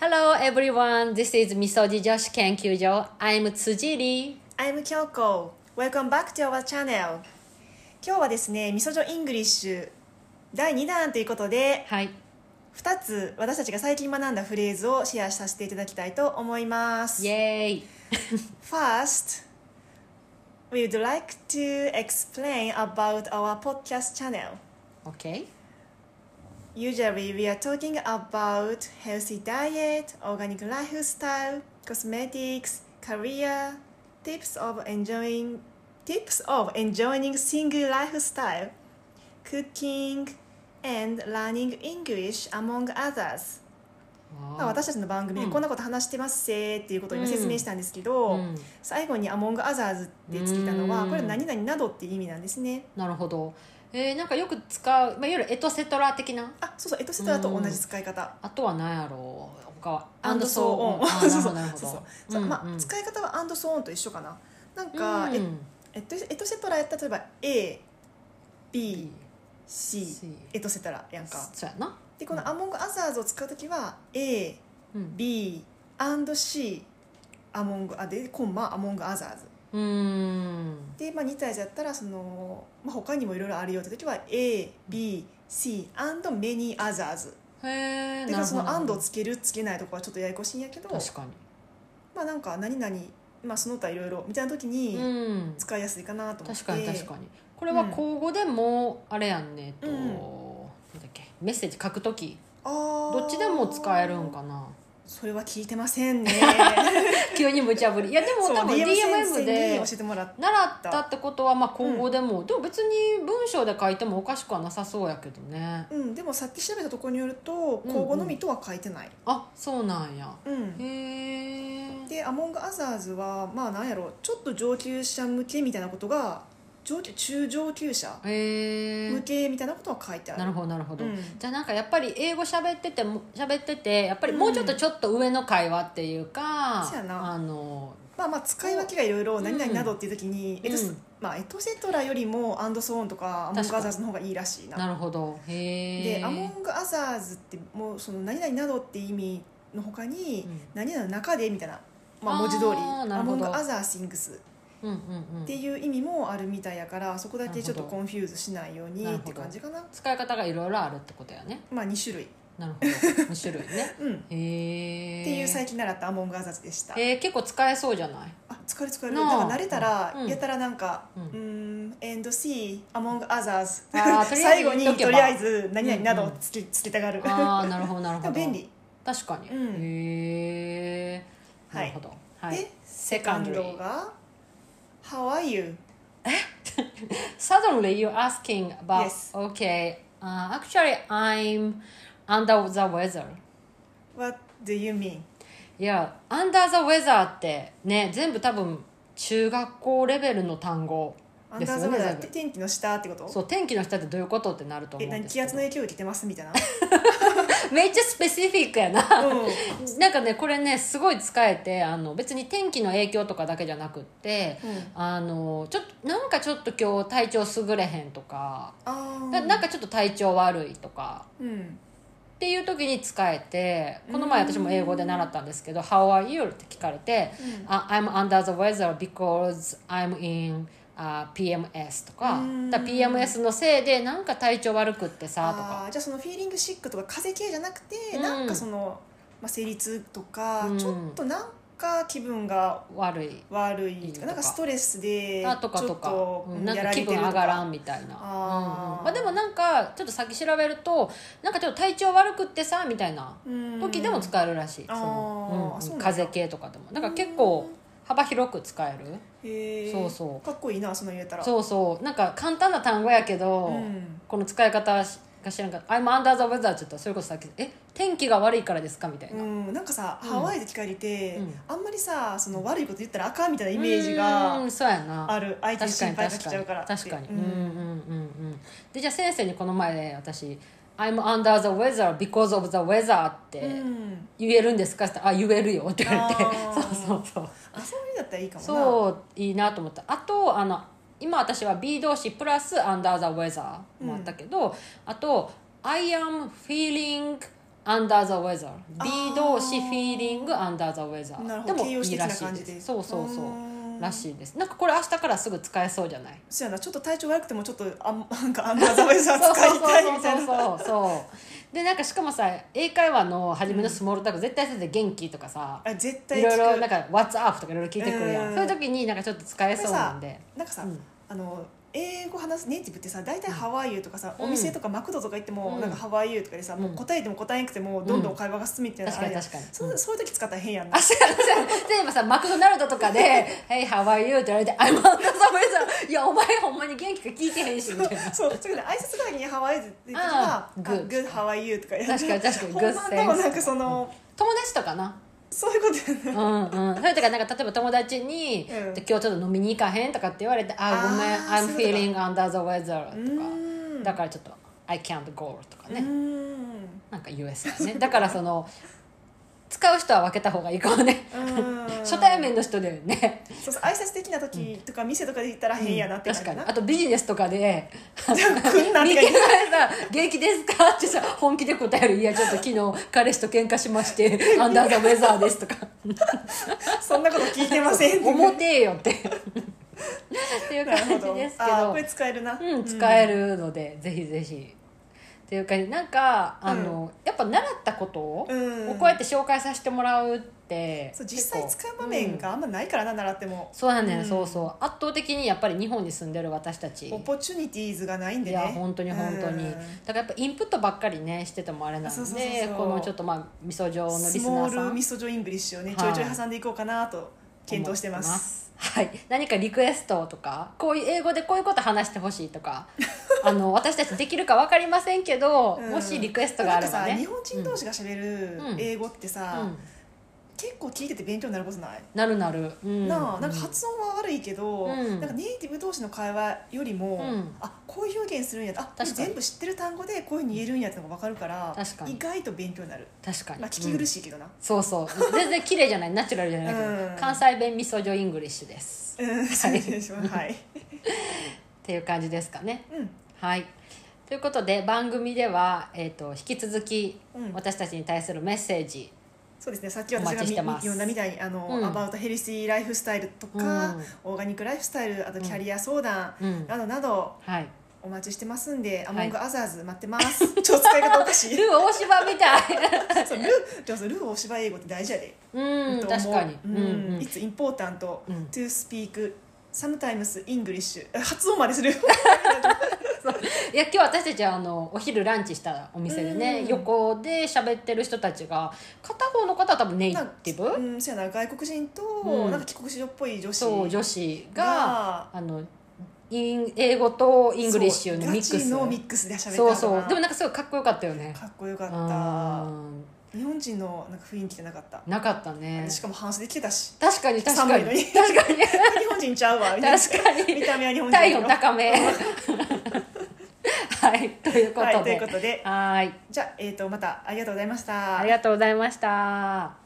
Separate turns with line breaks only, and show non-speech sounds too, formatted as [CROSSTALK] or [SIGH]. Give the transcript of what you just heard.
Hello everyone, this is Misoji 女子研究所 I'm 辻里
I'm Kyoko. Welcome back to our channel. 今日はですね、みそじょイングリッシュ第2弾ということで、
はい、
2つ私たちが最近学んだフレーズをシェアさせていただきたいと思います
イ。エーイ
First, we would like to explain about our podcast channel.
OK?
Usually, we are talking about healthy diet, organic lifestyle, cosmetics, career, tips of enjoying tips of enjoying single lifestyle, cooking, and learning English among others. まあ、私たちの番組でこんなこと話してますせーっていうことを今説明したんですけど、
うん
最後に「among others」ってつけたのは、
うん
これは何々などっていう意味なんですね。
なるほどえー、なんかよく使う、まあ、いわゆるエトセトラ的な
あそうそうエトセトラと同じ使い方。
あとは何やろう他は
アンドソーオン。
あーなるほどなるほ
[LAUGHS] そうそう
ど
そう
うん
ま
う
あ
ん
使い方はアンドソーオンと一緒かな。なんか、
うん
ええっとエトセトラやったら例えば A、B、C
C、
エトセトラやんか。
そうやな
でこのアモングアザーズを使うときは A、
うん、
B、アンド C、アモングあでコンマアモングアザーズ。
うーん
でまあ二体じゃったらそのまあ他にもいろいろあるよってときは A、B、C、アンド many others。
へえ
でだからそのアンドを
確
つけるつけないとこはちょっとややこしいんやけど。
か
まあなんか何々、まあ、その他いろいろみたいな時
に
に
うん
使いやすいかなと思って、
確かに確かにこれは口語でもあれやんねと、
うん
なんだっけメッセージ書くとき
あー
どっちでも使えるんかな [LAUGHS]
それは聞いてませんね
急に無茶ぶりいやでも
そう
多分
DM 先
DMM
生
で
に教えてもらっ
習ったってことはまあ口語でも、でも別に文章で書いてもおかしくはなさそうやけどね
た、うん、でもさっき調べたところによると
うん
口語のみとは書いてない、
あそうなんや
うん
へえ
で「アモング・アザーズは」まあなんやろちょっと上級者向けみたいなことが上級中上級者
へ
向
え
けみたいなことは書いてある
なるほどなるほど、
うん
じゃあなんかやっぱり英語喋ってても喋っててやっぱりもうちょっとちょっと上の会話っていうか、
そうやな
あの
まあまあ使い分けがいろいろ何々などっていう時に、
うん
エトス
うん
まあ、エトセトラよりもアンドソーンとかアモングアザーズの方がいいらしいな
なるほどへえ
で「アモング・アザーズ」ってもうその何々などって意味の他に、
うん
何々の中でみたいな、まあ、
あー
文字通り「
な
ア
る
モ
ほ
ン
ど
グ・アザー・シングス」
うんうんうん
っていう意味もあるみたいやからそこだけちょっと
なるほ
コンフューズしないように
なる
っ
ほど
て感じかな
使い方がいろいろあるってことやね
まあ2種類、
な
[LAUGHS]
るほど2種類ね
うんっ
へえ
ていう最近習った「アモング・アザーズ」でした、
えー、結構使えそうじゃない
あ疲れ疲れ
なあ
なんか慣れたら、
うん
やったらなんか「
う
うんん」「エンド・シー・アモング・アザーズ」
あーとりあえず
最後に
言っとけば
とりあえず「何々など」つけ,、つけたがる
ああなるほどなるほど
[LAUGHS] 便利
確かに、
うん
へえなるほど、はい
で
セカ
感
ンドリ
動
ー
が「How are you?」
Suddenly you're asking about
Yes.
okay、uh, actually I'm under the weather
What do you mean?
いや under the weather ってね全部多分中学校レベルの単語
アン
で
ダ
す
ーザ
よ
ウェ
ね
ザ
多
ーって
分
天気の下ってこと
そう天気の下ってどういうことってなると思
え
うん
何
です
気
け
圧
ど
の影響を受けてます
[LAUGHS]
みたいな
めっちゃスペシフィックやな [LAUGHS]
うん
なんかねこれねすごい使えてあの別に天気の影響とかだけじゃなくって、
うん
あのちょっとなんかちょっと今日体調優れへんとか、
あー
ななんかちょっと体調悪いとか
うん
っていう時に使えてこの前私も英語で習ったんですけど「How are you?」って聞かれて「あ I'm under the weather because I'm in、PMS」とか
うん
だから PMS のせいでなんか体調悪くってさ」とか
あーじゃあそのフィーリングシックとか風邪系じゃなくて、
うん
なんかその、まあ、生理痛とか、
うん
ちょっとなんか気分が
悪い
悪いとか
いいとか
なんかストレスで
あとか
ち
と
ょっ
か
と
うんなん
や
から
れ
気
てる
分
と
上がら
か
んみたいな
あー
うんうんまあ、でもなんかちょっと先調べるとなんかちょっと体調悪くってさみたいな
うん
時でも使えるらしい、
あー
その
あ
うん
そ
う、
うなんんだ
風邪系とかでもだから結構幅広く使える
へー
そうそう
かっこいいなそんなん言えたら
そうそうなんか簡単な単語やけど、
うん
この使い方が知らんから「I'm under the weather」って言ったらそれこそさっき「え天気が悪いからですか?」みたいな、
うん、なんかさ、
うん
ハワイで聞かれて、
うん
あんまりさその悪いこと言ったらあかんみたいなイメージが
うんそうやな
ある相手に
確か
心
に
配が
確
来
か
ちゃう
に
からって
確かにう
うんん
うんうんうんでじゃあ先生にこの前で私「I'm under the weather because of the weather」って
うん
言えるんですかって言ったらあ言えるよ」って言われて
あ
[LAUGHS] そう
ー
そうそう
あそういうのだったらいいかもな
そういいなと思ったあとあの今私は B 動詞プラス「under the weather」もあったけど、あと「I am feeling under the weather B 動詞 feeling under the weather
なるほ
で
ど
も
形
い
容詞
い
的
ら
な
しい
感
で
じです
そうそうそう
ーん
らしいですなんかこれ明日からすぐ使えそうじゃない
そうやなちょっと体調悪くてもちょっとあん [LAUGHS] なんかアンダーザウェザ
そうそうそうそうそう
ー使いたいみたいな
そうそうでなんかしかもさ英会話の初めのスモールタック、絶対先生元気とかさ
あ絶対
い
聞く
ろいろなんか「What's up?」とかいろいろ聞いてくるやん、
うん
そういう時になんかちょっと使えそうなんで
なんかさ、
うん
あの英語話すネイティブってさ大体ハワイユとかさ、
うん
お店とかマクドとか行っても、
うん
なんかハワイユとかでさ、もう答えても答えなくてもどんどん会話が進むみたいな、
確かに
あれ
確かに
そううそういう時使ったら変やん
[LAUGHS]
な
あ、そうやそうやで今さマクドナルドとか
[LAUGHS]
で「Hey how are you?」って言われて「I'm on the summer」いやお前ほんまに元気か聞いてへんし」みたいな
そうそれで挨拶代わりにハワイユって言ったら
あ
「
ー
グ
good
ッグッハワイユ」とかや
確かに確かに good
本番でもなんかその、
友達とかな
そういうことやな
うんうん、それとかなんか例えば友達に、
うん
で今日ちょっと飲みに行かへんとかって言われて「あ
あー
ごめん
そう
I'm
いう
feeling under the weather」
う
とか
ーん
だからちょっと「I can't go」とかね、
うーん
なんか US だねだからその使う人は分けた方がいいかもね
うーん
初対面の人だよね
そうそう挨拶的な時とか店とかで行ったら変やなって
確
感じ
か
な、
にあとビジネスとかで
じゃあ来んなっ
右
て
の
感じ
さ「元気ですか?」ってさ本気で答える「いやちょっと昨日彼氏と喧嘩しまして
[LAUGHS]
アンダーザウェザーです」とか
そんなこと聞いてませんって
思ってよってっていう感じですけ
あー
ど
これ使えるな。
うん、使えるので、ぜひぜひ。っていうかなんかあの、やっぱ習ったことを
う、ん。
こうやって紹介させてもらうって
そう実際使う場
結
面
構
があんまないからな習っても
うん。そうやねん、
うん
そうそう圧倒的にやっぱり日本に住んでる私たち、
オポチュニティーズがないんで
い
ね。
や本当に本当に、
うん
だからやっぱインプットばっかりねしててもあれなんで
そうそうそうそう
このちょっとまあみそ状のリ
ス
スナ
モ
ーさ
ール
ん
ミストジョイングリッシュをね
はい
ちょいちょい挟んでいこうかなと検討してます。
はい、何かリクエストとかこういう英語でこういうこと話してほしいと
[LAUGHS]
かあの私たちできるか分かりませんけど、
うん
もしリクエストがあれば
なんかさ日
ね、
本人同士が喋る
うん
英語って
う
さ、
ん、
結構聞いてて勉強になることない、
なるなる、うん、
なあなんか発音は悪いけど、
うん
なんかネイティブ同士の会話よりも、
うん
あこういう表現するんやあこれ
確かに
全部知ってる単語でこういうふうに言えるんやってのが分かるから
確かに
意外と勉強になる、
確かに、
まあ、聞き苦
い、
しいけどな、
そうそう全然綺麗じゃないナチュラルじゃないけど、
うん
関西弁みそじょイングリッシュです
うん、そうですはい。
っていう感じですかね
うん。
はいということで番組では、えー、と引き続き、
うん
私たちに対するメッセージ
そうですね。さっき
お
私
待
が
ちし
み
てます
読んだみたいにあの、
うん
アバウトヘルシーライフスタイルとか、
うん
オーガニックライフスタイル、あとキャリア相談、
うん
などなど
はい
お待ちしてますんで、
はい
アモングアザーズ待っ
[LAUGHS]
てます。ちょっと使い方おかし
ル [LAUGHS]
い。
ー大芝み
[LAUGHS]
たい
そうルじゃあそうルーお芝居英語って大事やで。
うん
と
確
思う
かに、
うん。
うんうん
It's important
うん
to speak sometimes English。あ発音まで
[LAUGHS]
する。
いや今日私たちはあのお昼ランチしたお店でね、
うん
横で喋ってる人たちが片方の方は多分ネイティ
う
ブ
ん、そうやな外国人と、
うん
なんか帰国子女っぽい女子
そう女子が
が
あのイン英語とイングリッシュのミックス
そうガチのミックスで喋った
そうそう
な
でもなんかすごいかっこよかったよね
かっこよかっ
うん
た日本人のなんか雰囲気じゃなかった、
なかったね
しかも半袖着てたし [LAUGHS]
確かに確かに
寒いのに
確かに
日本人ちゃうわみたい
[LAUGHS]
な
確かに
見た目は日本人
体
や
温
けど
高め [LAUGHS] はいということ
[LAUGHS] はいとい
で
うことで
はい
じゃあ、えー、とまたありがとうございました
ありがとうございました